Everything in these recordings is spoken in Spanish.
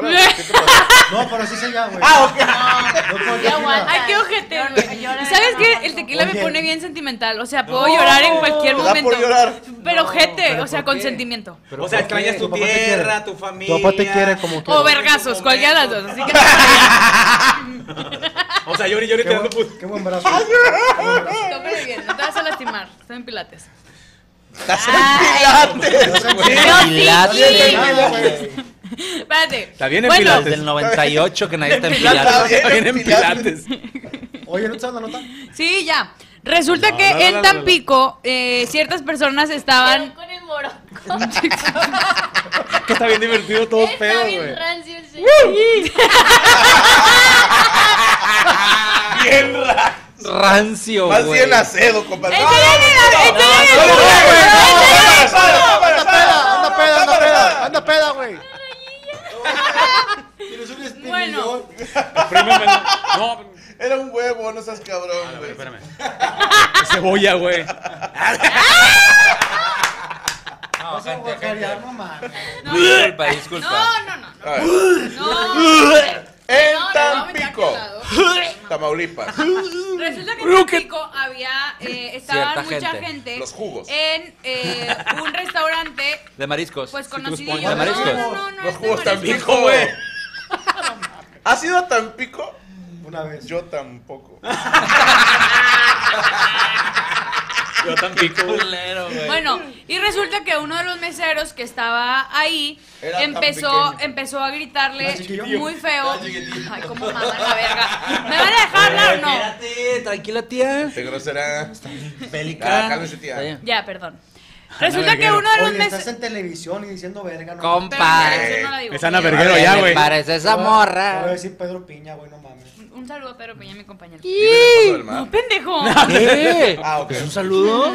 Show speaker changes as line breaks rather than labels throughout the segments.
güey. ¿Qué te pasa?
No, pero sí se llama, güey. Ah, ok. No, puedo decir nada.
Ay, qué ojete, güey. ¿Sabes qué? El tequila me
Oye.
pone bien sentimental. O sea, puedo llorar en cualquier
Te da por
momento.
llorar.
Pero ojete,
¿pero
o sea,
por
con sentimiento.
O sea, extrañas tu
papá te quiere.
tierra, tu familia.
Tu papá te quiere como que.
O vergazos, cualquiera de las dos. Así que
O sea, llori, llori,
Qué
te
buen,
dando put.
qué buen brazo.
tómale bien, no te vas a lastimar. Están en pilates.
Estás en pilates, güey.
sí.
Nada, güey.
Espérate.
Está bien en
Bueno,
Pilates. Desde el 98 que nadie está en
Está
Pilates.
bien,
Está bien en Pilates.
Oye, ¿no te sabes la nota?
Sí, ya. Resulta
No,
que
no, no,
en
no, no.
Tampico eh, ciertas personas estaban...
Con el moro.
Que está bien divertido todos
Está
pedos,
bien
güey.
rancio el señor.
Bien ra-
Rancio,
Más
güey.
bien acedo, compadre.
¡Enséñale la- enséñale
no,
la-
no, no,
enséñale
no,
la-
no, no,
enséñale la-
no,
Anda peda, anda peda, anda peda, anda peda, güey. Tienes un espinillón.
Bueno.
Primero me- No,
Era un huevo, no seas cabrón, güey.
espérame. Cebolla, güey.
No, Vas a guacarear, no mames.
No,
Disculpa, disculpa.
No, no, no.
A ver,
No,
En
no, no, no, ya
Tampico,
quedado.
Tamaulipas.
Ah, Resulta que en Tampico había, eh, estaba
Cierta
mucha gente,
gente.
Los jugos.
en eh, un restaurante,
De mariscos.
pues
Citrus
conocidillo.
Point. De mariscos.
No, no, no, no,
Los
este marisco.
jugos Tampico, güey. ¿Has ido a Tampico?
Una vez.
Yo tampoco.
Yo Tampico. Culero, güey.
Bueno, y resulta que uno de los meseros que estaba ahí
Era tan
empezó,
pequeño.
empezó a gritarle
Tan chiquillo.
muy feo.
Tan chiquitito.
Ay, cómo maman la verga. ¿Me van a dejar hablar o no?
Espérate, tranquila, tía.
Qué grosera.
Bélica.
Ah, cálmese, tía.
Está bien.
Ya, perdón. Resulta que
verguero.
uno de los
Oye, estás
meseros.
en televisión y diciendo verga, no. mames.
Pero en
Compa.
televisión no la digo.
Es Ana Verguero ya,
Me
güey.
parece esa
Te Voy a
morra.
decir Pedro Piña, güey, no mames.
Un saludo a Pedro Peña, mi compañero.
Vive en el fondo del mar.
No, pendejo.
¿Qué?
Ah, ok.
¿Es un saludo?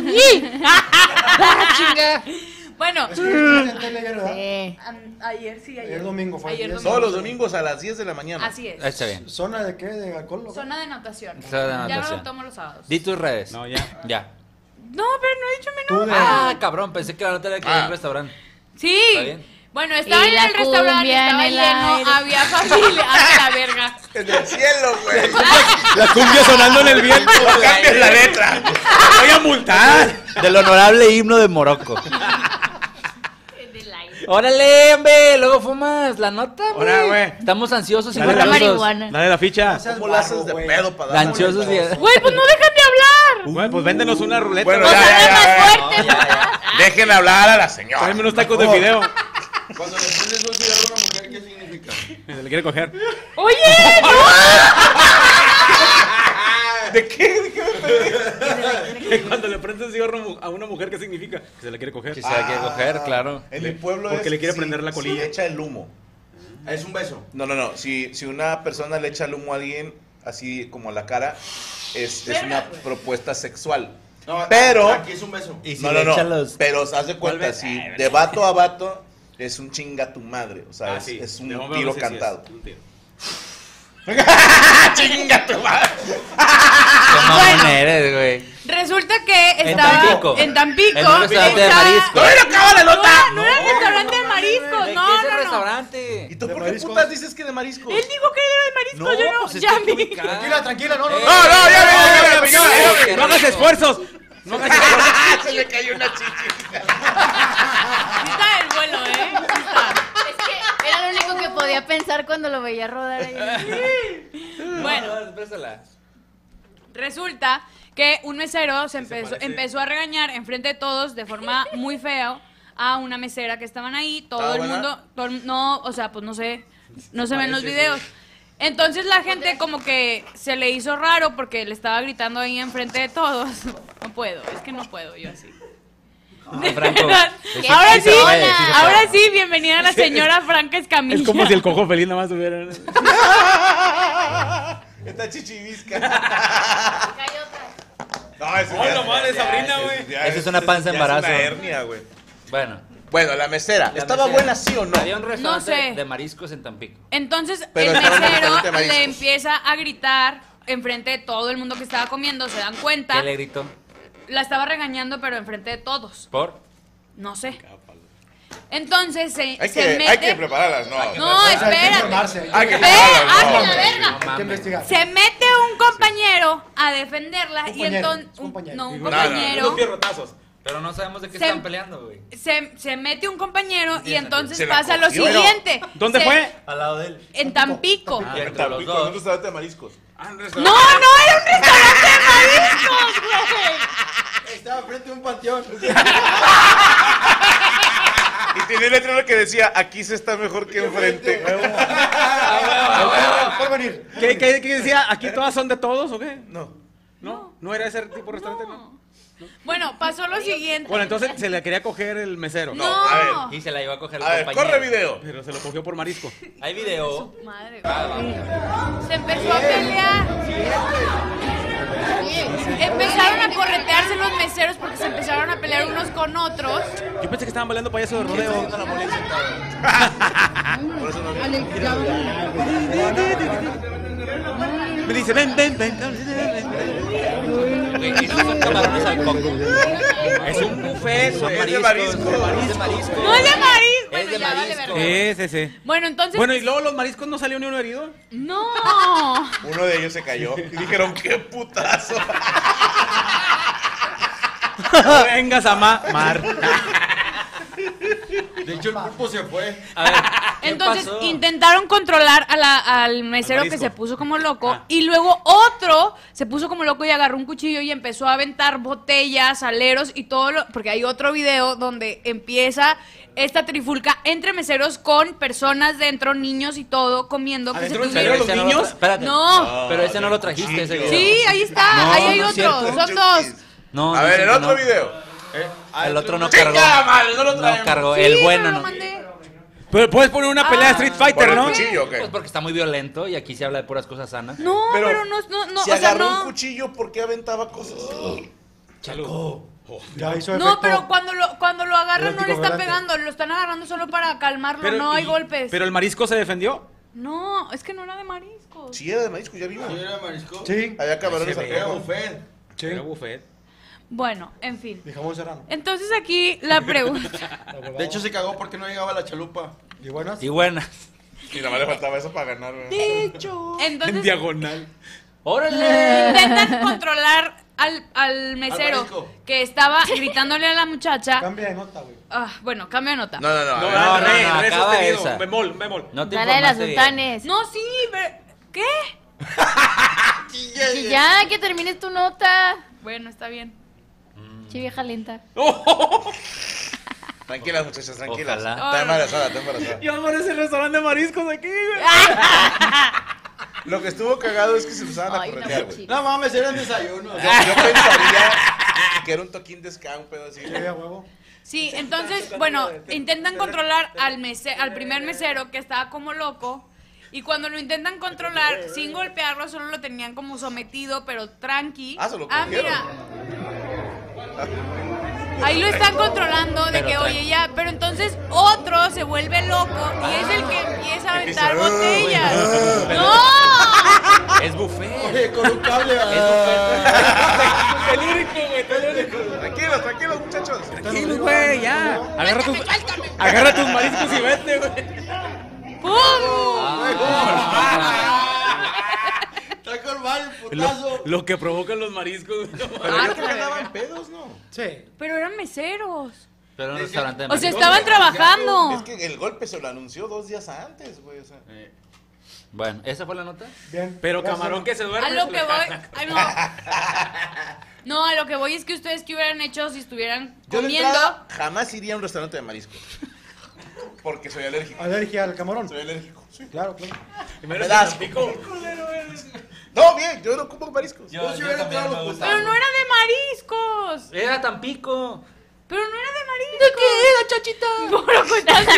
Bueno,
Es que estás en tele, ¿verdad?
am- ayer sí,
Ayer
ayer.
domingo fue.
Ayer
diez.
domingo.
Todos los domingos a las 10 de la mañana.
Así
Ah,
es.
Está bien.
¿Zona de qué? ¿De alcohol? o qué?
Zona de natación.
Zona de
Ya no
natación.
lo tomo los sábados.
Di tus redes.
No, ya.
Ya.
No, pero no he dicho mi
Tú
nombre.
de-
Ah, cabrón, pensé que la nota era que era
Ah.
un restaurante.
Sí.
Está bien.
Bueno, estaba
Y
en
la
el restaurante,
cumbia en
estaba
el
lleno,
aire.
había familia. ¡Ah, la verga!
En el cielo, güey.
La cumbia sonando en el viento.
No cambies la letra.
Te Voy a multar.
Del honorable himno de Morocco.
Del aire.
Órale, hombre, luego fumas la nota, güey.
Ahora, güey.
Estamos ansiosos y
Dale la-
nerviosos.
marihuana.
Dale la ficha.
No seas
¿Cómo la haces
barro,
de
güey.
pedo para dar
Ansiosos y...
Güey, pues no dejan de hablar.
Güey, pues véndenos una ruleta.
Bueno,
güey.
ya, ya, ya, ya.
No, ya, ya.
Dejen hablar a la señora.
Tráeme unos tacos de video.
Cuando le pones un cigarro a una mujer, ¿qué significa?
Se le quiere coger.
Oye,
¿De qué? ¿De qué me perdí?
Que Cuando le prendes un cigarro mu- a una mujer, ¿qué significa? Que se la quiere coger.
Que se la quiere coger, claro.
Ah, En mi pueblo
Porque
es
le quiere
si-
prender la colilla.
Si le echa el humo.
Es un beso.
No, no, no. Si, si una persona le echa el humo a alguien, así como a la cara, es, es una propuesta sexual.
Ah.
No,
Pero-
Aquí es un beso.
Y si
no,
le
no, no.
echa los-
Pero haz de cuenta,
Vuelve-
si de vato a vato, es un chinga tu madre. O sea,
Ah,
es,
sí.
es un
De hombre,
tiro
no sé si es.
cantado.
Un tiro.
¡Chinga tu madre!
Qué mamón eres, güey.
resulta que
En
estaba
Tampico.
En Tampico.
En un restaurante de
estaba-
marisco.
¡No, no acaba la
No,
nota!
era- Ah, no era el restaurante de mariscos,
¿De
no,
qué es el
no, no.
¿Y
restaurante?
tú
¿De
por qué
mariscos?
putas dices que de marisco?
Él dijo que era de mariscos, yo no,
pues es que
ya
hay que
vi.
ubicar.
Tranquila, tranquila, no, no,
Eh,
no.
No, no, ya, ya, ya, ya,
no,
ya, ya, ya,
no,
ya,
No hagas esfuerzos. No hagas esfuerzos.
¡Ah, se le cayó una chichi!
Sí está el vuelo, ¿eh? Sí está.
Es que era lo único que podía pensar cuando lo veía rodar ahí.
Bueno,
No, présala.
resulta que un mesero se empezó,
parece.
empezó a regañar enfrente de todos de forma muy fea a una mesera que estaban ahí, todo
¿Estaba
el
buena?
mundo, todo el- no, o sea, pues no sé, no se ven los
parece,
videos. Entonces la gente como que se le hizo raro porque le estaba gritando ahí enfrente de todos. No puedo, es que no puedo yo así.
Franco. es-
Ahora sí,
se puede, se
ahora
puede.
sí, bienvenida a la señora Franca Escamilla.
Es como si el cojo feliz nada más hubiera.
Está chichivisca. No, eso
Hola, madre, Sabrina, güey.
Eso es una panza de embarazo.
Es una hernia, güey.
Bueno.
Bueno, la mesera.
la
¿Estaba
mesera.
buena sí o no?
Había un restaurante
sé.
de mariscos en Tampico.
Entonces
Pero
el
estaba en el
mesero
restaurante de mariscos.
le empieza a gritar enfrente de todo el mundo que estaba comiendo, se dan cuenta.
¿Qué le gritó?
La estaba regañando, pero enfrente de todos.
¿Por?
No sé. Entonces se,
Hay
se
que,
mete.
hay que prepararlas, no.
no,
O sea, Hay que
espérate.
informarse.
Hay
Hay
que
que,
Ve,
prepararlas,
ay,
no.
la verga.
hay que investigar.
Se mete un compañero a defenderla y
Compañero,
entonces.
es compañero.
No, un
Digo,
nada,
compañero.
pierrotazos.
Pero no sabemos de qué
Se-
están peleando, güey.
Se, se mete un compañero y entonces
Se la
pasa lo
cogió.
siguiente.
¿Dónde
Se-
fue?
Al lado de él.
En Tampico.
Ah,
En
entre los
Tampico, en un
dos.
restaurante de mariscos.
No, no, era un restaurante de mariscos, güey.
Estaba frente a un panteón.
Y tenía el letrero que decía, aquí se está mejor que enfrente.
Por venir.
¿Qué, qué, qué decía? ¿Aquí todas son de todos o qué?
No.
No, no era ese tipo de restaurante, no.
Bueno, pasó lo siguiente.
Bueno, entonces se le quería coger el mesero.
No. Oh.
a
Y se la llevó a coger el
A ver,
compañero.
corre video.
Pero se lo cogió por marisco.
Hay video.
Madre,
Ah, vamos.
se empezó a pelear. Empezaron a corretearse los meseros porque se empezaron a pelear unos con otros.
Yo pensé que estaban bailando payaso de rodeo. Me dice, ven, ven, ven.
Güey, y no son camarones al coco.
Es un buffet,
Son
güey.
es de
mariscos.
marisco.
Es de marisco.
No es de marisco.
Es
Bueno,
de
ya vale
marisco.
verga.
Sí, sí, sí.
Bueno, entonces. pues-
Bueno, y luego los mariscos no salió ni uno herido.
No.
Uno de ellos se cayó. Y dijeron, qué putazo.
No vengas a ma- mar.
De hecho, el cuerpo se fue.
A ver. ¿qué
Entonces
pasó?
intentaron controlar a la- al mesero que
marisco.
se puso como loco
Ah.
y luego otro se puso como loco y agarró un cuchillo y empezó a aventar botellas, aleros y todo lo... Porque hay otro video donde empieza esta trifulca entre meseros con personas dentro, niños y todo comiendo. que se
¿Adentro del
Pero
mesero
tuvieron-
los
ese no
niños?
tra- espérate.
No.
Pero ese no lo trajiste, ese video.
Sí, ahí está,
No,
ahí hay
no es
otro,
cierto.
son dos.
No,
a
no,
ver,
sí,
el
no.
otro video.
El otro no cargó.
¡Chinga madre! No lo
No
traemos.
cargó.
Sí,
el
pero
bueno
lo
no.
mandé.
Pero puedes poner una pelea de
Ah.
Street
¿Por
Fighter,
el
¿no?
cuchillo o qué?
Pues porque está muy violento y aquí se habla de puras cosas sanas.
No, pero,
Pero
no, no, no,
si
o sea,
agarró
no.
un cuchillo, ¿por qué aventaba cosas?
Oh, Ya hizo
No,
efecto.
pero cuando lo, cuando lo agarran no le
Elástico
están
volante.
pegando, lo están agarrando solo para calmarlo, no hay
y-
golpes.
Pero el marisco se defendió.
No, es que no era de mariscos.
Sí, era de marisco, ya vimos.
¿Era marisco? Sí.
Allá camarones al
Era
coco.
buffet. Sí.
Era buffet.
Bueno, en fin.
Dijamos serrano.
Entonces aquí la pregunta.
De
De hecho, se cagó porque no llegaba la chalupa.
y buenas.
Y buenas.
Y nada más le faltaba eso para ganar, güey.
En
Entonces
diagonal.
¡Órale!
intentan controlar al, al mesero
marisco.
que estaba gritándole a la muchacha.
Cambia de nota, güey.
Ah, bueno, cambio de nota.
No, no, no.
No,
a ver.
no,
no,
re,
no,
re
acaba
sostenido.
esa.
Un bemol, un bemol.
No te
Dale de las
informaste bien.
sultanes.
No, sí, pero. ¿Qué?
Y ya, que termines tu nota.
Bueno, está bien.
Che vieja lenta.
Tranquilas, muchachas, tranquilas.
Ojalá.
Está embarazada, está embarazada.
Yo amo ese restaurante de mariscos aquí, güey.
Lo que estuvo cagado es que se usaban a
Ay, una
corretear, güey.
mochila.
No mames, era el desayuno.
Yo, yo pensaría que era un toquín de ska, un pedo así.
Sí, a huevo.
Sí, entonces, bueno, intentan controlar al, mese- al primer mesero que estaba como loco. Y cuando lo intentan
eh,
controlar sin golpearlo, solo lo tenían como sometido, pero tranqui.
Ah, se lo cogieron.
mira. Ahí lo están controlando de
Pero
que,
tranqui.
oye, ya. Pero entonces otro se vuelve loco y es el que empieza a
Empieza,
aventar
"Ah,
botellas.
bueno".
¡No!
Es buffet.
Oye, Eh, con un cable. ah.
Tranquilos, tranquilos, muchachos.
Tranquilo, güey, ya. Agarra tus, agarra tus mariscos y vete, güey.
Ah,
¡Pum!
Está con mal, putazo.
Lo, lo que provocan los mariscos. güey.
Pero
Ah, la
yo creo que
verga.
andaban pedos, ¿no?
Sí.
Pero eran meseros.
Pero un restaurante de
O sea,
mariscos.
estaban trabajando.
Es que el golpe se lo anunció dos días antes, güey. O sea.
Bueno, ¿esa fue la nota?
Bien.
Pero
Gracias.
camarón que se duerme.
A lo
se
que
le-
voy. ay, no. No, a lo que voy es que ustedes qué hubieran hecho si estuvieran
Yo de
comiendo.
entrada, jamás iría a un restaurante de mariscos. Porque soy alérgico.
Alergia al camarón.
Soy alérgico. Sí.
Claro, claro.
Primero
Me
se
das.
salpicó.
No, bien, yo no como mariscos.
Yo, yo también me gusta.
Pero no era de mariscos.
Era Tampico.
Pero no era de muchachita. Muchachita.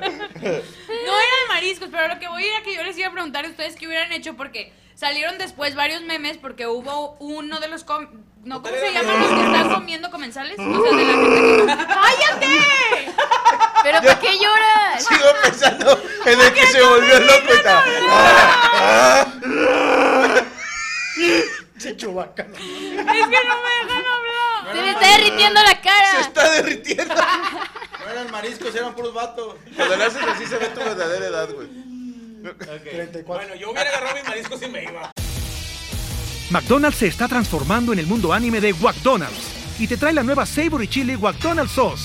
No era de mariscos, pero lo que voy a ir a que yo les iba a preguntar a ustedes qué hubieran hecho porque salieron después varios memes porque hubo uno de los com no, ¿cómo se llaman los que están comiendo comensales? O sea, de la gente que... ¡Cállate!
¿Pero por qué lloras?
Sigo pensando en el que se volvió loco y Ah, estaba.
Che, Chewbacca, no.
Es que no me dejan hablar.
Se me está derritiendo la
Se
cara.
está derritiendo.
No eran mariscos, eran puros vatos.
Cuando le haces así se ve tu verdadera edad, güey.
34.
Bueno, yo hubiera agarrado mis mariscos y me iba.
McDonald's se está transformando en el mundo anime de McDonald's y te trae la nueva Savory Chili McDonald's Sauce.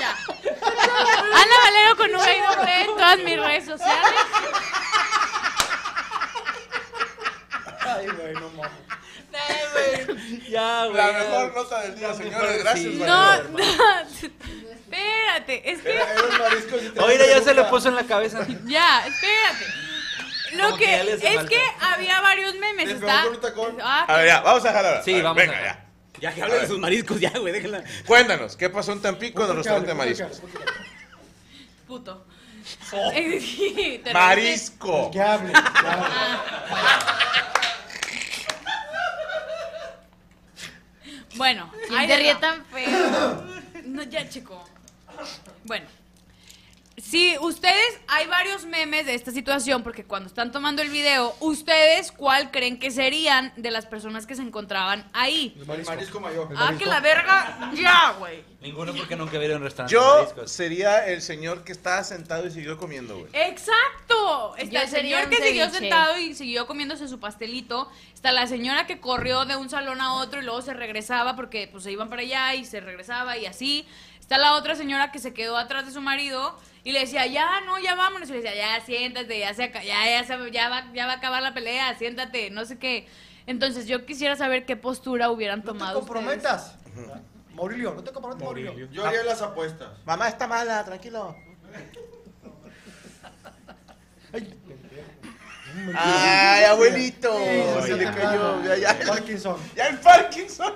Ya. Ana Valero con V y doble E en todas mis redes sociales.
Ay, güey, no mames.
Ya, güey.
La mejor nota del día, señores. Gracias,
No,
Mario.
no. Espérate, es que.
Era un marisco y te
Oiga, ya se le puso en la cabeza.
Ya, espérate. Lo
Como
que,
que ya le hace
es
falta.
que había varios memes.
Les
Está.
pregunto ahorita con-
Ah,
A ver, ya, vamos a jalar.
Sí,
A ver,
vamos
Venga,
a
ya.
jalar.
Ya que hablen de sus mariscos, ya, güey, déjenla.
Cuéntanos, ¿qué pasó en Tampico en el restaurante de mariscos?
puto. Te regresé.
¡Marisco!
Que hable. que hable.
Bueno, ahí
Ay, te
les
ríe
va.
tan feo.
No, ya, chico. Bueno. Si ustedes, hay varios memes de esta situación, porque cuando están tomando el video, ¿ustedes cuál creen que serían de las personas que se encontraban ahí?
El marisco, mayor.
Ah, que la verga, ya, güey.
Ninguno porque nunca vieron un restaurante de
Yo
mariscos.
sería el señor que estaba sentado y siguió comiendo, güey.
Exacto. Está
Yo
el
sería
señor
un
que siguió
ceviche.
sentado y siguió comiéndose su pastelito. Está la señora que corrió de un salón a otro y luego se regresaba porque pues se iban para allá y se regresaba y así. Está la otra señora que se quedó atrás de su marido y le decía, ya, no, ya vámonos. Y le decía, ya, siéntate, ya, se, aca- ya, ya, se- ya, va, ya va a acabar la pelea, siéntate, no sé qué. Entonces yo quisiera saber qué postura hubieran
No te
tomado ustedes.
comprometas. Maurilio, no te comprometas, Maurilio.
Yo haría las apuestas.
Mamá está mala, tranquilo. Ay, abuelito. Se le cayó. Ya, ya.
Parkinson.
Ya el Parkinson.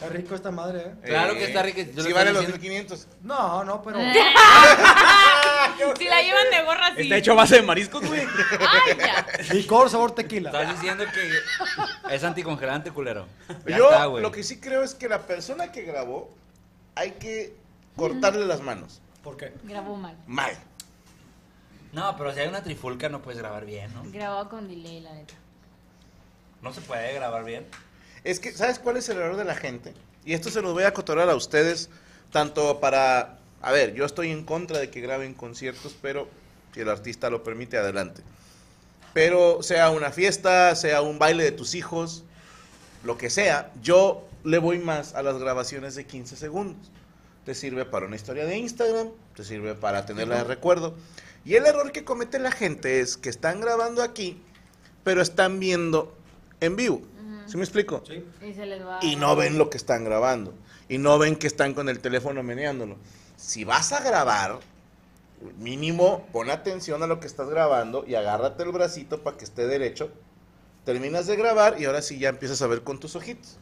Está rico esta madre, ¿eh?
Claro que
Eh,
está rico, yo lo
Si
estoy
vale los
diciendo.
1500.
No, no, pero.
Si la llevan de gorra, sí.
Está hecho a base de mariscos, güey.
Ay, ya.
Licor, sabor tequila.
Estás diciendo que es anticongelante, culero. Ya
Yo
está, güey.
lo que sí creo es que la persona que grabó hay que cortarle las manos.
¿Por qué?
Grabó mal.
Mal.
No, pero si hay una trifulca no puedes grabar bien, ¿no?
Grabó con delay, la neta.
No se puede grabar bien.
Es que, ¿sabes cuál es el error de la gente? Y esto se los voy a cotorar a ustedes, tanto para... A ver, yo estoy en contra de que graben conciertos, pero si el artista lo permite, adelante. Pero sea una fiesta, sea un baile de tus hijos, lo que sea, yo le voy más a las grabaciones de 15 segundos. Te sirve para una historia de Instagram, te sirve para tenerla de recuerdo. Y el error que comete la gente es que están grabando aquí, pero están viendo en vivo. ¿Sí me explico?
Y se les va. Ah,
y no ven lo que están grabando. Y no ven que están con el teléfono meneándolo. Si vas a grabar, mínimo pon atención a lo que estás grabando y agárrate el bracito para que esté derecho. Terminas de grabar y ahora sí ya empiezas a ver con tus ojitos.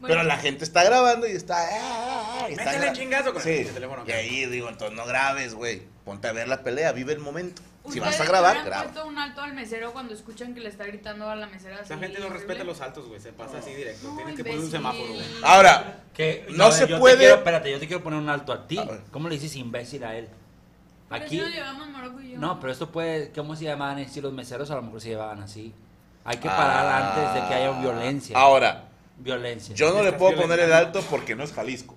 Bueno.
Pero la gente está grabando y está. ¡ah, ah, ah! Y está
Métele
gra-
chingazo con el
Sí.
pinche teléfono.
Y ahí digo, entonces no grabes, güey. Ponte a ver la pelea, vive el momento. Si vas a
¿Ustedes
grabar,
hubieran
graba.
puesto un alto al mesero cuando escuchan que le está gritando a la mesera?
Esa gente no respeta los altos, güey. Se pasa así directo.
No,
Tienes que poner un
imbécil.
semáforo, güey.
Ahora,
Que
No
yo-
se
yo te
puede-
quiero- espérate, yo te quiero poner un alto a ti.
A ver.
¿Cómo le dices imbécil a él?
Aquí.
Aquí.
Nos llevamos Morocco y yo.
No, pero esto puede. ¿Cómo se llamaban así? Los meseros a lo mejor se llevaban así. Hay que
Ah.
parar antes de que haya violencia.
Ahora,
Violencia.
yo no le
Estás
puedo poner el
violentando.
alto porque no es Jalisco.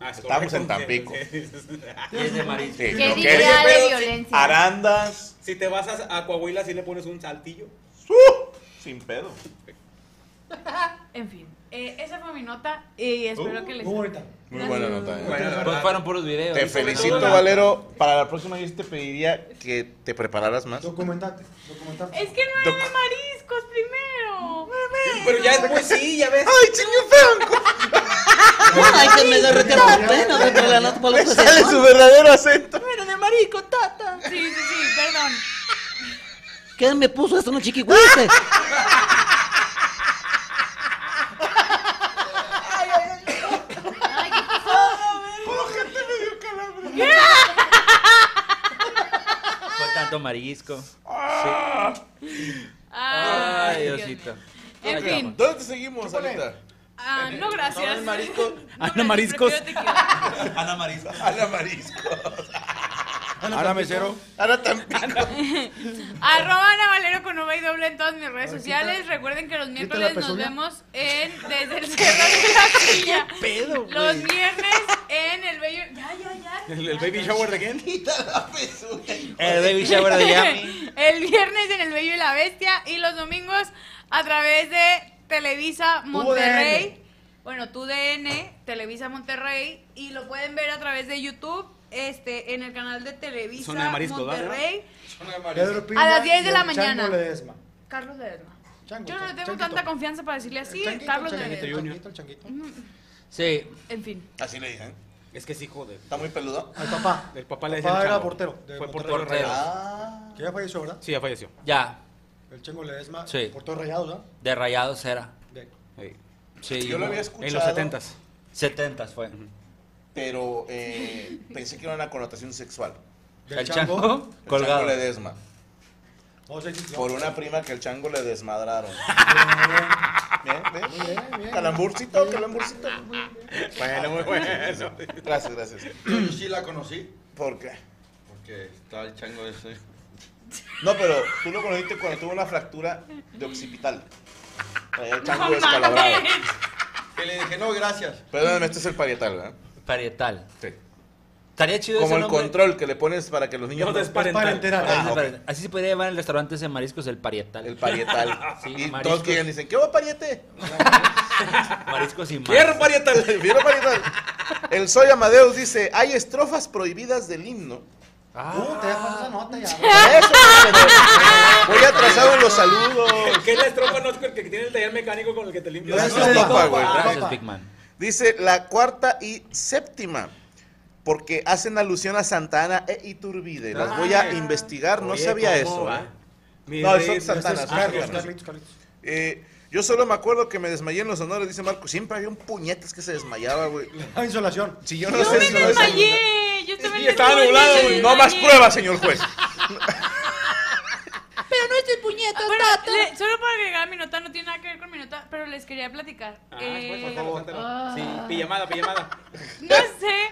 Ah, es
Estamos en
correcto.
Tampico.
Y es de marisco.
Sí,
Qué
¿no?
día
¿Qué?
de violencia.
Arandas.
Si te vas a, a Coahuila, sí le pones un saltillo.
Sin pedo.
En fin. Eh, esa fue mi nota y espero
Uh,
que les.
muy bonita. Muy buena nota. ¿eh?
Bueno, la verdad. Pues fueron puros videos.
Te
Hizo buena
felicito,
nota.
Valero. Para la próxima yo sí te pediría que te prepararas más.
Documentate, documentate.
Es que no era de mariscos primero.
Pero ya después sí, ya ves.
¡Ay, señor Franco!
Ay, que me derretieron las penas dentro de la nota para los
Sale su verdadero acento.
Mira, de marico, tata.
Sí, sí, sí, perdón.
¿Qué me puso esto no chiquihuiste?
Ay, ¿qué pasó?
Fue tanto marisco. Sí.
Ay,
Ay,
Dios
Diosito.
Ah, En
Ay,
fin.
¿Dónde te seguimos, Anita?
Ah, no, gracias.
Ana
Ah,
Marisco.
Ana Mariscos.
Ana Marisco. Ana Marisco.
Ana Mesero.
Ana también.
Arroba Ana Valero con Nova y doble en todas mis redes sociales. Recuerden que los
quita la
miércoles nos
pezuña.
vemos en Desde el Cerro de la Silla.
pedo, güey?
Los viernes en el bello. Ya, ya, ya.
El, el baby shower de quién?
El baby shower de Yami.
El viernes en el Bello y la Bestia. Y los domingos a través de Televisa Monterrey. Bueno, tu DN, Televisa Monterrey. Y lo pueden ver a través de YouTube. Este, en el canal de Televisa
Zona de marisco, ¿verdad?
Monterrey.
Pedro Piña
A las 10 de
y
la
el
mañana.
Chango Ledesma.
Carlos Ledesma.
Chango,
Yo no le
chango,
tengo
changuito.
tanta confianza para decirle así,
Changuito,
Carlos
changuito,
Ledesma.
changuito, changuito.
Sí.
En fin.
Así le dije. ¿eh?
Es que es hijo de.
Está muy peludo.
Al papá.
El papá le decía.
Papá
el
era
chango.
portero. de
Fue
Monterrey
portero de
Portero.
Rayados.
Rayados.
Ah,
Que ya falleció, ¿verdad?
Sí, ya falleció.
Ya.
El Chango Ledesma.
Sí.
Portero rayado, ¿verdad?
De rayados era.
De-
Ey.
Sí.
Yo lo había
En los
escuchado.
70
70 fue.
Pero eh, pensé que era una connotación sexual.
del
El chango
El
colgado.
chango le desma.
No, sí, sí, sí.
Por una prima que el chango le desmadraron. Bien, bien.
Muy bien, bien.
Calamburcito, calamburcito.
Bueno, muy bueno.
Gracias, gracias.
Yo sí la conocí.
¿Por qué?
Porque estaba el chango ese.
No, pero tú lo conociste cuando tuvo una fractura de occipital. Traía el chango
No
descalabrado.
mames.
Que le dije, no, gracias.
Perdóname, este es el parietal, ¿verdad?
Parietal.
Sí.
Estaría chido
Como
ese
el
nombre.
control que le pones para que los niños.
No
no-
desparental.
Parenteral.
Ah, ok.
Así se podría llamar en restaurantes de mariscos el parietal.
El parietal.
Sí,
y
mariscos.
todos que llegan dicen, ¿qué va pariete?
Mariscos y más.
Quiero parietal.
¿Vieron parietal? El Soy Amadeus dice, hay estrofas prohibidas del himno.
Uh, te dejo esa nota ya.
Por Eso, pero voy atrasado en los saludos.
¿Qué es la estrofa no el que tiene el taller mecánico con el que te
No,
limpias?
eso es papá, güey.
Gracias, Big Man.
Dice la cuarta y séptima. Porque hacen alusión a Santa Ana e Iturbide. Las voy a
Ah.
investigar, no
Oye,
sabía
¿cómo
eso.
va?
¿eh?
Mi
No,
rey,
son
Ese es
Santana, son
Carlos,
Santana.
Carlitos, Carlitos.
Eh, yo solo me acuerdo que me desmayé en los honores, dice Marco. Siempre había un puñetas que se desmayaba, güey.
Ah, insolación.
Si yo no
Yo
sé
me
si lo desayuné.
desmayé. Yo también
Y estaba
me
nublado, güey.
desmayé.
No más pruebas, señor juez.
Pero no estoy puñeta,
Bueno, le- solo para agregar mi nota, no tiene nada que ver con mi nota, pero les quería platicar.
Ah,
Eh,
pues, por favor,
Ah.
cuéntalo. Sí, pijamada, pijamada.
no sé,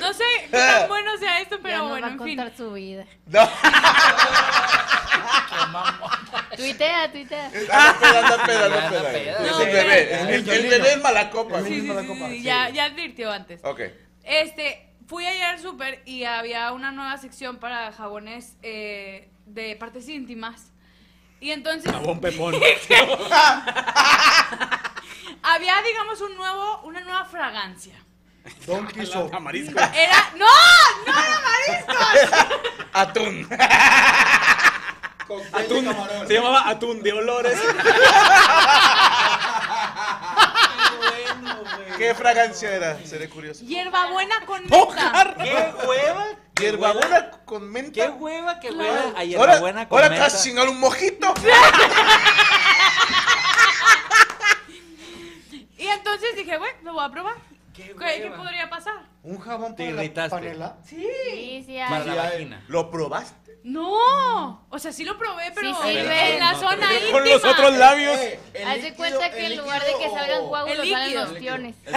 no sé qué tan bueno sea esto, pero
Pero
bueno,
va a
en fin.
contar su vida.
No.
Tuitea, tuitea.
Anda peda, anda peda,
Ya,
anda
anda
peda.
peda.
Es
No,
el
ya,
bebé.
ya.
El-
Niño,
El
niño.
bebé es mala copa.
El
Sí, sí,
güey.
mismo la
sí,
copa,
sí,
sí.
ya, ya advirtió antes.
Ok.
Este, fui ayer al súper y había una nueva sección para jabones eh, de partes íntimas. Y entonces
Jabón pepón.
había, digamos, un nuevo, una nueva fragancia.
Don Quiso.
Amarisco.
Era. ¡No! ¡No era marisco!
Atún.
Atún. Camarón.
Se llamaba atún de olores.
¿Qué fragancia era? Seré curioso.
Hierbabuena con menta.
¿Qué hueva? ¿Qué hueva?
Hierbabuena con
¿Qué
menta.
hueva? ¿Qué hueva? A
Ahora,
hierbabuena con
ahora te
menta.
vas a chingar un mojito.
Y entonces dije, bueno, lo voy a probar. ¿Qué, qué
hueva?
podría pasar?
Un jabón
Te
para la
irritaste.
panela.
Sí, sí,
Para la
ay.
vagina.
¿Lo probaste?
¡No! O sea, sí lo probé, pero
Sí, sí,
en la
no,
zona íntima.
Con los otros labios.
Eh,
Haz de cuenta que en lugar de que salgan coágulos,
El
salen
líquido.
los piones.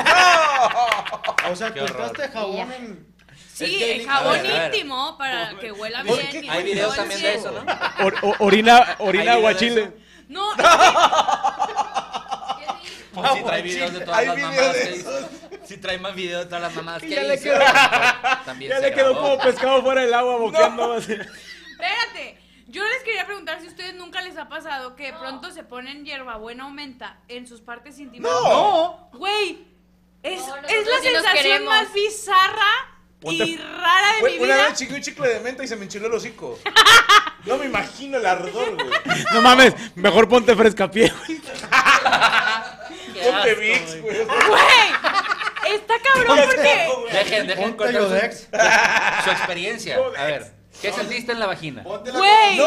O sea,
Qué
encontraste
horror.
jabón en.
Sí,
Es que
el
el-
jabón
a ver, a ver.
íntimo para que huela
Oye,
bien.
¿qué-
que
Hay
huela
videos
bien.
también de eso, ¿no?
Or- o- orina orina
Ahí le da
guachile.
No, es que-
Pues sí trae videos de todas
Hay
las
videos
mamadas
de
que hizo. Sí trae más videos de todas las mamadas que
ya le
hizo.
quedó-
También
Ya
se
le quedó
grabó.
como pescado fuera del agua boqueando. así.
espérate. Yo les quería preguntar si a ustedes nunca les ha pasado que de pronto se ponen hierbabuena o menta en sus partes íntimas.
No.
Güey, es,
nosotros
es la
sí nos
sensación
queremos.
más bizarra y rara de mi
Güey, Una
vida.
vez chiqué un chicle de menta y se me enchiló el hocico. No me imagino el ardor, güey.
No mames, mejor ponte fresca piel.
Ponte Vicks, güey.
Güey, está cabrón porque...
Dejen, dejen contar
Ponte
su,
Yodex.
su experiencia. A ver, ¿qué sentiste en la vagina?
Güey.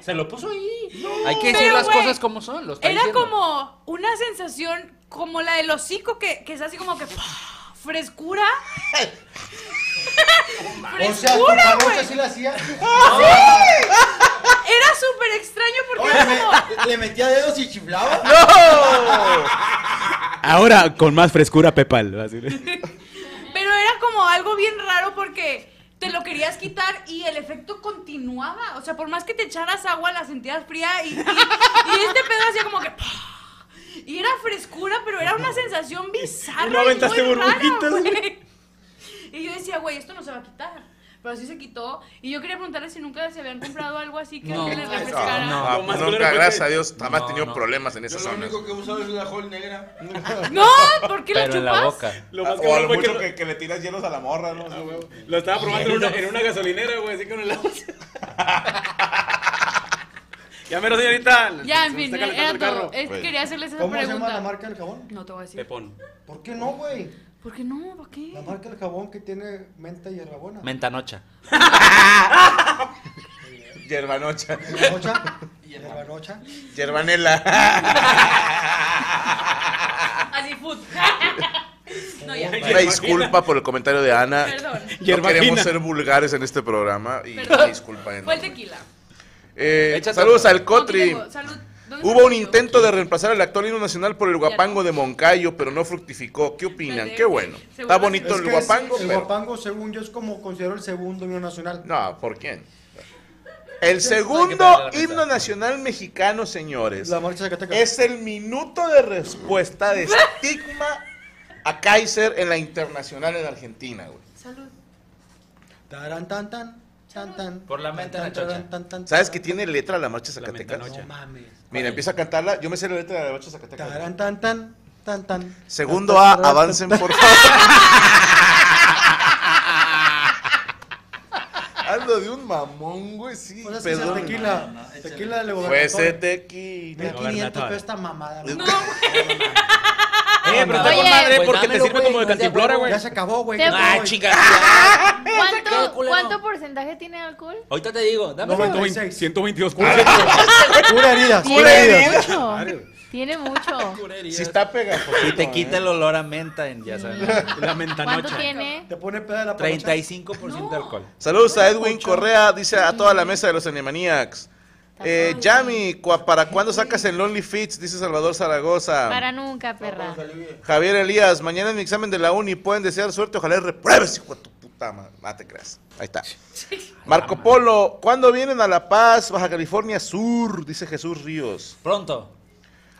Se lo puso ahí. Hay que decir
Pero,
las
güey,
cosas como son. Lo está
Era
diciendo.
como una sensación como la del hocico que, que es así como que ¡pah! frescura.
O sea, tu
Frescura,
panocha
güey.
sí la hacía.
Era súper extraño porque era como
Le metía dedos y chiflaba.
Ahora con más frescura pepal. va a decir.
Pero era como algo bien raro porque te lo querías quitar y el efecto continuaba. O sea, por más que te echaras agua, la sentías fría y, y- y este pedo hacía como que. ¡pah! Y era frescura, pero era una sensación bizarra.
Y no aventaste
y muy rara,
burbujitas,
güey.
güey.
Y yo decía, güey, esto no se va a quitar. Pero así se quitó. Y yo quería preguntarle si nunca se habían comprado algo así que
No.
le refrescara.
Ah,
Lo
pues
más
nunca,
culero fue
gracias
que-
a Dios, jamás he
No,
tenido
no.
problemas en
Yo
esas
lo
zonas.
único que uso es la hol negra.
No, ¿por qué la
Pero en la
chupas?
boca.
Lo
Ah,
más
O a
cabrón
lo
fue que
mucho
lo,
que, que le tiras hielos a la morra, ¿no?
lo estaba probando en una, en una gasolinera, güey, así con el agua. ya mero, señorita.
Ya,
Se
en
me
fin,
está calentando
era
el
todo.
carro.
Es-
Pues.
Güey.
quería hacerles esa
¿Cómo se llama la
pregunta.
marca del jabón?
No te voy a decir.
Pepón.
¿Por qué no, güey?
¿Por qué no? ¿Por qué?
La marca del jabón que tiene menta y hierbabona.
Mentanocha.
Yerbanocha,
Hierbanocha. Hierbanocha.
yerbanela.
Así food. no, ya.
Una disculpa por el comentario de Ana.
Perdón.
No
Yerbafina.
queremos ser vulgares en este programa y
Perdón.
una disculpa.
Fue el
enorme.
tequila.
Eh,
Échate
saludos
otra.
al Cotri.
No, tengo- salud. ¿Dónde
Hubo
está
un
el
intento de reemplazar el actual himno nacional por el guapango de Moncayo, pero no fructificó. ¿Qué opinan? Qué bueno.
eh,
Está bonito
Es
el
que
guapango,
es- El
pero...
guapango, según yo, es como considero el segundo himno nacional.
No, ¿por quién? El segundo
perder la
himno
risa.
nacional mexicano, señores,
La marcha Zacatecas.
es el minuto de respuesta de estigma a Kaiser en la internacional en Argentina, güey.
Salud.
Taran, tan, tan, tan, tan.
Por la menta,
Tan, tan,
Nachocha.
tan, tan, tan,
¿Sabes
tan.
que tiene letra la marcha
La
Zacatecas?
mentanocha.
No mames.
Mira, empieza a cantarla. Yo me sé la letra de la marcha Zacatecas.
Taran, tan, tan, tan, tan.
Segundo
Tan,
A,
tan, tan,
avancen
tan,
por favor. Hablo de un mamón, güey, sí.
tan. O sea, es que sea
Perdón.
tequila. Tequila le gobernador.
Pues ese
De
tequila.
500 pesos esta mamada. ¿no?
Eh, pero está
Oye,
con madre
pues
porque te
dámelo,
sirve
güey,
como de
no es de
cantimplora, güey.
Ya se acabó, güey.
Te-
ya me
Ah,
voy.
chica.
¿Cuánto,
Qué culero.
¿Cuánto porcentaje tiene alcohol?
Ahorita te digo, dame
No,
una.
güey.
120, 122
Cura heridas.
Tiene
Cura heridas.
mucho. Tiene mucho.
Si está pegajoso. eh?
Y te quita el olor a menta en, ya sabes,
La
¿Cuánto
mentanocha.
tiene?
Te pone peda la panocha.
35% de alcohol.
Saludos a Edwin Correa, dice a toda la mesa de los Animaniacs. Eh, Yami, cua- ¿para cuándo sacas el Lonely Fits? Dice Salvador Zaragoza.
Para nunca, perra.
Javier Elías, mañana en mi examen de la uni pueden desear suerte, ojalá y repruebes, hijo de tu puta madre. Ah, te creas. Ahí está. Marco Polo, ¿cuándo vienen a La Paz, Baja California Sur? Dice Jesús Ríos.
Pronto.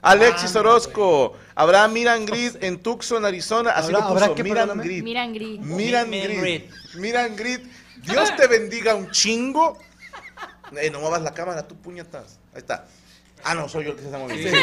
Alexis
Ah,
Orozco, ¿habrá Miran Grid en Tucson, Arizona? Así
¿Habrá-
lo
habrá
puso,
qué,
Miran
perdóname?
Grid.
Miran gris.
Miran
Miran
Grid.
Grid.
Miran Grid. Dios te bendiga un chingo. Eh, no muevas la cámara, tú puñetas. Ahí está. Ah, no, soy yo el que se está moviendo.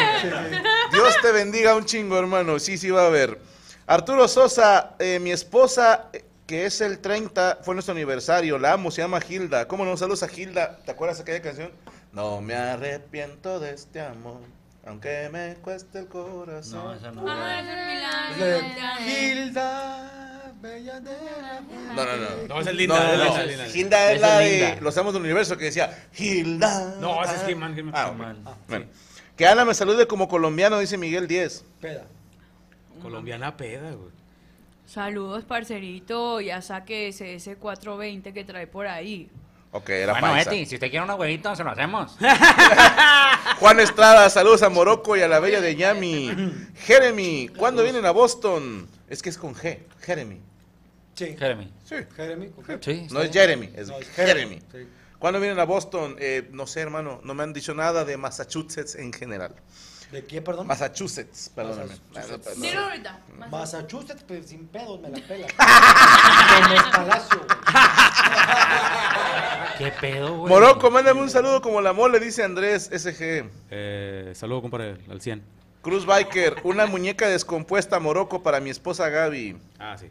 Dios te bendiga un chingo, hermano. Sí, sí va a haber. Arturo Sosa, eh, mi esposa, eh, que es el 30, fue nuestro aniversario. La amo, se llama Gilda. ¿Cómo no? Saludos a Gilda. ¿Te acuerdas aquella canción? No me arrepiento de este amor, aunque me cueste el corazón.
No, esa no.
Ah, es un
Es la de
milagro.
Gilda, bella de la
No, no, no.
No, esa es
No,
linda.
no,
esa
no.
es linda.
Gilda es
Esa
la
es
de
linda.
Los Amos del Universo que decía Gilda.
No, ese es He-Man, He-Man.
Ah,
He-Man.
ok. Bueno. Que Ana me salude como colombiano, dice Miguel Díez.
Peda.
Colombiana peda, güey.
Saludos, parcerito. Ya saque ese S420 que trae por ahí.
Ok, era
Bueno,
paisa.
Eti, si usted quiere una huevita, se lo hacemos.
Juan Estrada, saludos a Morocco y a la bella de Yami. Jeremy, ¿cuándo vienen a Boston? Es que es con G, Jeremy.
Sí.
Jeremy.
Sí.
Jeremy. ¿con qué?
Sí.
No es Jeremy, es
No, es
Jeremy.
Sí.
¿Cuándo vienen a Boston? Eh, no sé, hermano, no me han dicho nada de Massachusetts en general.
¿De qué, perdón?
Massachusetts, perdóname.
Massachusetts.
Dilo ahorita.
Massachusetts, pues sin pedos me la pela. Gómez Palacio, güey.
¿Qué pedo, güey?
Moroco, mándame un saludo como la mole, dice Andrés SG.
Eh, saludo, compadre, al 100.
Cruz Biker, una muñeca descompuesta Moroco para mi esposa Gaby.
Ah, sí.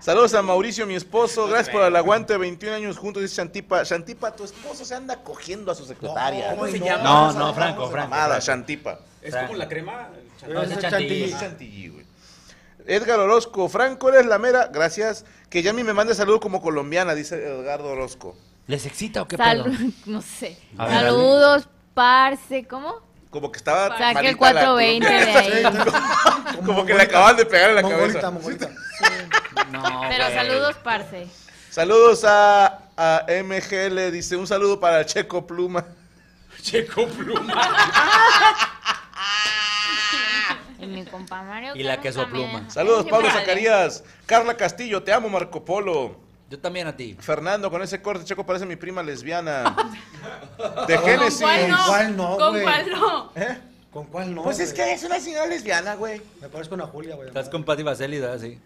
Saludos a Mauricio, mi esposo. Gracias por el aguante. 21 años juntos, dice Shantipa. Shantipa, tu esposo se anda cogiendo a su secretaria.
¿cómo se llama?
No, no, Franco, Franco,
Amada,
Franco.
Shantipa.
Es como la crema.
No, ese es
chantilly.
Es chantilly, güey. Edgar Orozco, Franco, eres la mera. Gracias. Que Yami me mande saludo como colombiana, dice Edgardo Orozco.
¿Les excita o qué
Sal-
pedo?
no sé.
A ver,
Saludos, parce, ¿cómo?
Como que estaba.
Saque el
malita la
420 de ahí.
Como, que le acaban de pegar en la cabeza.
Pero saludos, parce.
Saludos a, a MGL, dice un saludo para Checo Pluma.
Checo Pluma.
Y mi compa Mario.
Y la
Carlos
queso
también.
pluma.
Saludos, Pablo
Vale.
Zacarías. Carla Castillo, te amo, Marco Polo.
Yo también a ti.
Fernando, con ese corte, Checo parece mi prima lesbiana. De
¿Con
Génesis.
cuál no? ¿Con cuál no,
¿Con
güey? ¿Eh?
cuál no?
¿Con cuál no?
Pues es
güey?
que es una señora lesbiana, güey.
Me parezco una Julia, güey.
Estás con Pati Vaseli, ¿verdad? Sí.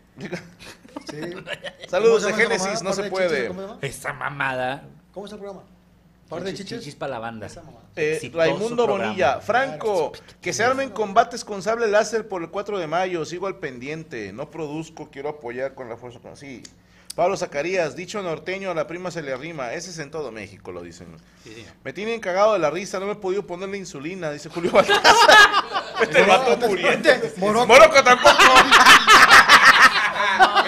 Saludos de
¿Cómo se llama esa
Génesis,
mamada?
no
¿Par
se
de
puede.
chichis, cómo se llama?
Esa mamada.
¿Cómo es el programa? ¿Par de chiches?
Chichis para la banda.
Eh,
Exitoso
Raimundo
programa.
Bonilla, Franco, que se armen combates con sable láser por el 4 de mayo, sigo al pendiente, no produzco, quiero apoyar con la fuerza con sí. Pablo Zacarías, dicho norteño, a la prima se le arrima, ese es en todo México, lo dicen. Me tienen cagado de la risa, no me he podido poner la insulina, dice Julio Baltazar. este vato muriente.
Moroco.
Moroco tampoco.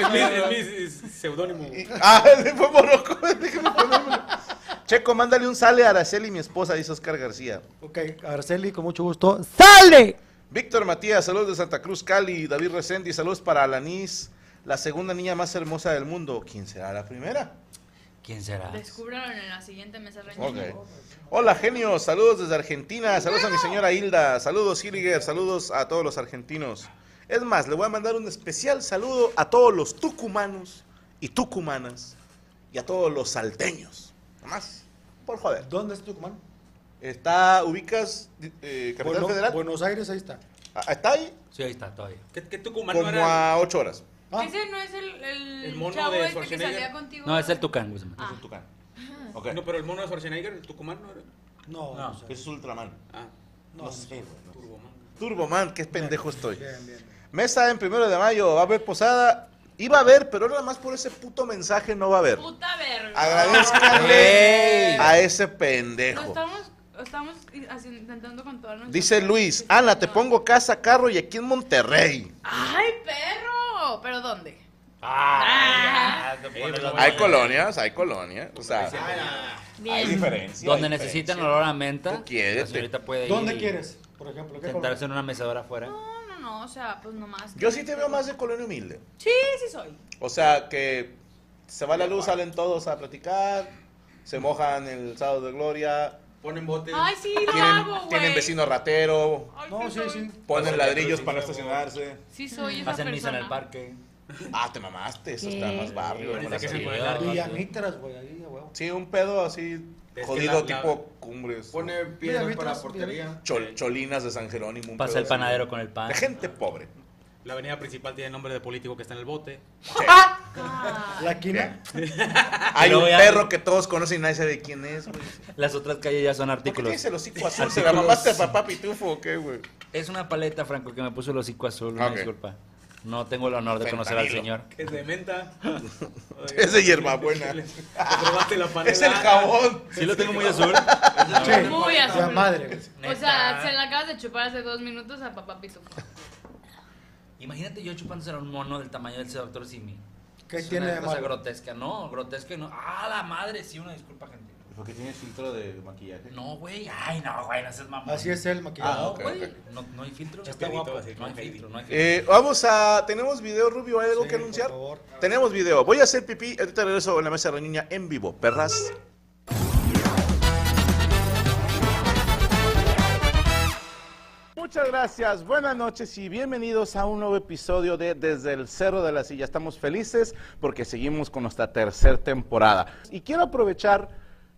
Es mi, es mi seudónimo.
Ah, le fue Moroco, déjeme ponérmelo. Checo, mándale un sale a Araceli, mi esposa, dice Oscar García.
Ok, Araceli, con mucho gusto. ¡Sale!
Víctor Matías, saludos de Santa Cruz, Cali. David Resendi, saludos para Alanis, la segunda niña más hermosa del mundo. ¿Quién será la primera?
¿Quién será?
Descúbralo en la siguiente mesa reñida.
Ok. Hola, genios. Saludos desde Argentina. Saludos a mi señora Hilda. Saludos, Hilliger. Saludos a todos los argentinos. Es más, le voy a mandar un especial saludo a todos los tucumanos y tucumanas y a todos los salteños. Nada más, por joder.
¿Dónde es Tucumán?
Está, ubicas, eh, Capital
Bueno,
Federal.
Buenos Aires, ahí está.
Ah, Está ahí
Sí, ahí está, todavía.
¿Qué, qué Tucumán no
como
era?
a ocho horas.
Ah.
Ese no es el, el,
El mono
chavo
de
este que
Schwarzenegger.
salía contigo.
No, es el Tucán, güey.
Es un tucán. Ok.
No, pero el mono de Schwarzenegger, el Tucumán no era.
No, pues,
No.
no sé.
Ese es Ultraman.
Ah,
No sé.
Turboman.
Turboman, qué pendejo estoy.
Bien, bien, bien.
Mesa en primero de mayo, va a haber posada. Iba a haber, pero nada más por ese puto mensaje no va a haber.
Puta verga.
Agradezcanle
Ey.
a ese
Lo
pendejo.
estamos, estamos i- haci- intentando con todo nuestro...
Dice Luis, Ana, te pongo casa, carro y aquí en Monterrey.
¡Ay, perro! ¿Pero dónde?
Ah, ya, te pones
Hay
la-
colonias, hay colonias. O sea, hay
Bien.
diferencia.
Donde
hay
necesitan
diferencia.
olor a menta.
Tú quieres,
la señorita puede ir
¿Dónde
y
quieres? Por ejemplo, ¿qué
Sentarse en una mecedora afuera.
No, no, no, o sea, pues nomás...
Yo sí te veo más de colonia humilde.
Sí, sí soy.
O sea, que se va la luz, salen todos a platicar, se mojan el sábado de gloria,
Ponen bote.
Ay, sí, lo
tienen,
hago, güey.
tienen vecino ratero,
Ay,
No,
sí
sí,
soy.
sí.
Ponen
Hacen
ladrillos
teatro
para
de cine,
estacionarse.
Sí soy esa
Hacen misa en el
persona.
parque.
Ah, te mamaste, eso está
¿Qué?
más barrio.
Ahorita
más
que se
así.
fue la-
Villamitras, güey, ahí, a huevo.
Sí, un pedo así
Es que
jodido
la- la-
tipo cumbres.
Pone piedras para
Villamitras,
la portería.
Chol- cholinas de San Jerónimo. un
Pasa
pedo
el
así.
panadero con el pan.
De gente pobre.
La avenida principal tiene nombre de político que está en el bote.
Ah.
La quina.
Hay
Ah, luego
un
ya-
perro que todos conocen y nadie sabe quién es, güey.
Las otras calles ya son
¿Por qué
artículos.
tienes el hocico azul? ¿Se la mamaste a papá pitufo o qué, güey?
Es una paleta, Franco, que me puso el hocico azul. Una
Ok.
disculpa. No tengo el honor de conocer al
Fentanilo.
señor.
Es de menta.
Es de hierbabuena.
Le- le robaste la panela.
Es el jabón.
Sí lo tengo muy azul.
Che,
Muy
la
azul.
madre, güey.
O sea, se la acabas de chupar hace dos minutos a papá Pito.
Imagínate yo chupándose a un mono del tamaño del doctor Simi.
¿Qué
es
tiene
una
de
cosa
malo?
grotesca, no, grotesca y no. Ah, la madre, sí, una disculpa, gente.
Porque tienes filtro de maquillaje.
No, güey. Ay, no, güey, no seas mamón.
Así es el
No,
maquillador.
ok,
güey.
ok.
No, no hay filtro.
Está guapo, así,
No hay
con baby.
filtro, no hay filtro.
Eh, vamos a. ¿Tenemos video, Rubio? ¿Hay algo
Sí,
que
por
anunciar?
favor.
Tenemos video. Voy a hacer pipí. Ahorita regreso en la mesa de reunión en vivo. Perras. Muchas gracias, buenas noches y bienvenidos a un nuevo episodio de Desde el Cerro de la Silla. Estamos felices porque seguimos con nuestra tercera temporada. Y quiero aprovechar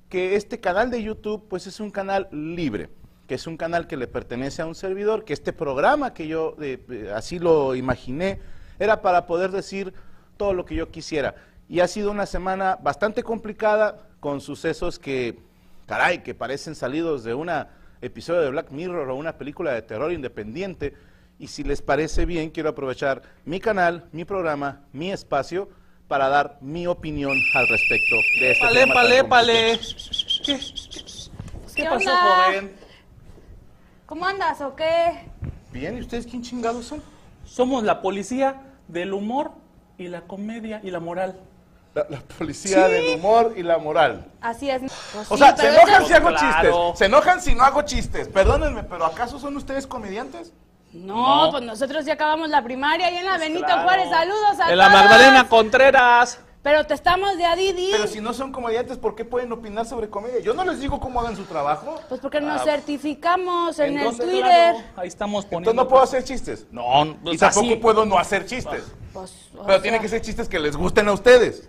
que este canal de YouTube pues es un canal libre, ¿ok? que es un canal que le pertenece a un servidor, que este programa que yo eh, eh, así lo imaginé, era para poder decir todo lo que yo quisiera. Y ha sido una semana bastante complicada con sucesos que, caray, que parecen salidos de un episodio de Black Mirror o una película de terror independiente. Y si les parece bien, quiero aprovechar mi canal, mi programa, mi espacio para dar mi opinión al respecto de este
Pale,
tema tan
pale,
complicado.
pale.
¿Qué
¿Qué
pasó,
onda?
joven?
¿Cómo andas o qué?
Bien, ¿y ustedes quién chingados son?
Somos la policía del humor y la comedia y la moral.
La, policía
Sí.
del humor y la moral.
Así es. Pues
O sea, se enojan
eso-
si hago
Claro.
chistes. Se enojan si no hago chistes. Perdónenme, pero ¿acaso son ustedes comediantes?
No,
No.
pues nosotros ya acabamos la primaria y en la Benito
claro.
Juárez. Saludos a
De la
todos.
Magdalena Contreras.
Pero te estamos de Adidi.
Pero si no son comediantes, ¿por qué pueden opinar sobre comedia? Yo no les digo cómo hagan su trabajo.
Pues porque nos
Ah,
certificamos en el
entonces,
Twitter.
claro.
Ahí estamos poniendo.
Entonces no puedo hacer chistes. No, y tampoco
así.
puedo no hacer chistes.
Pues, o
Pero tienen
sea,
que ser chistes que les gusten a ustedes.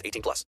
18 plus.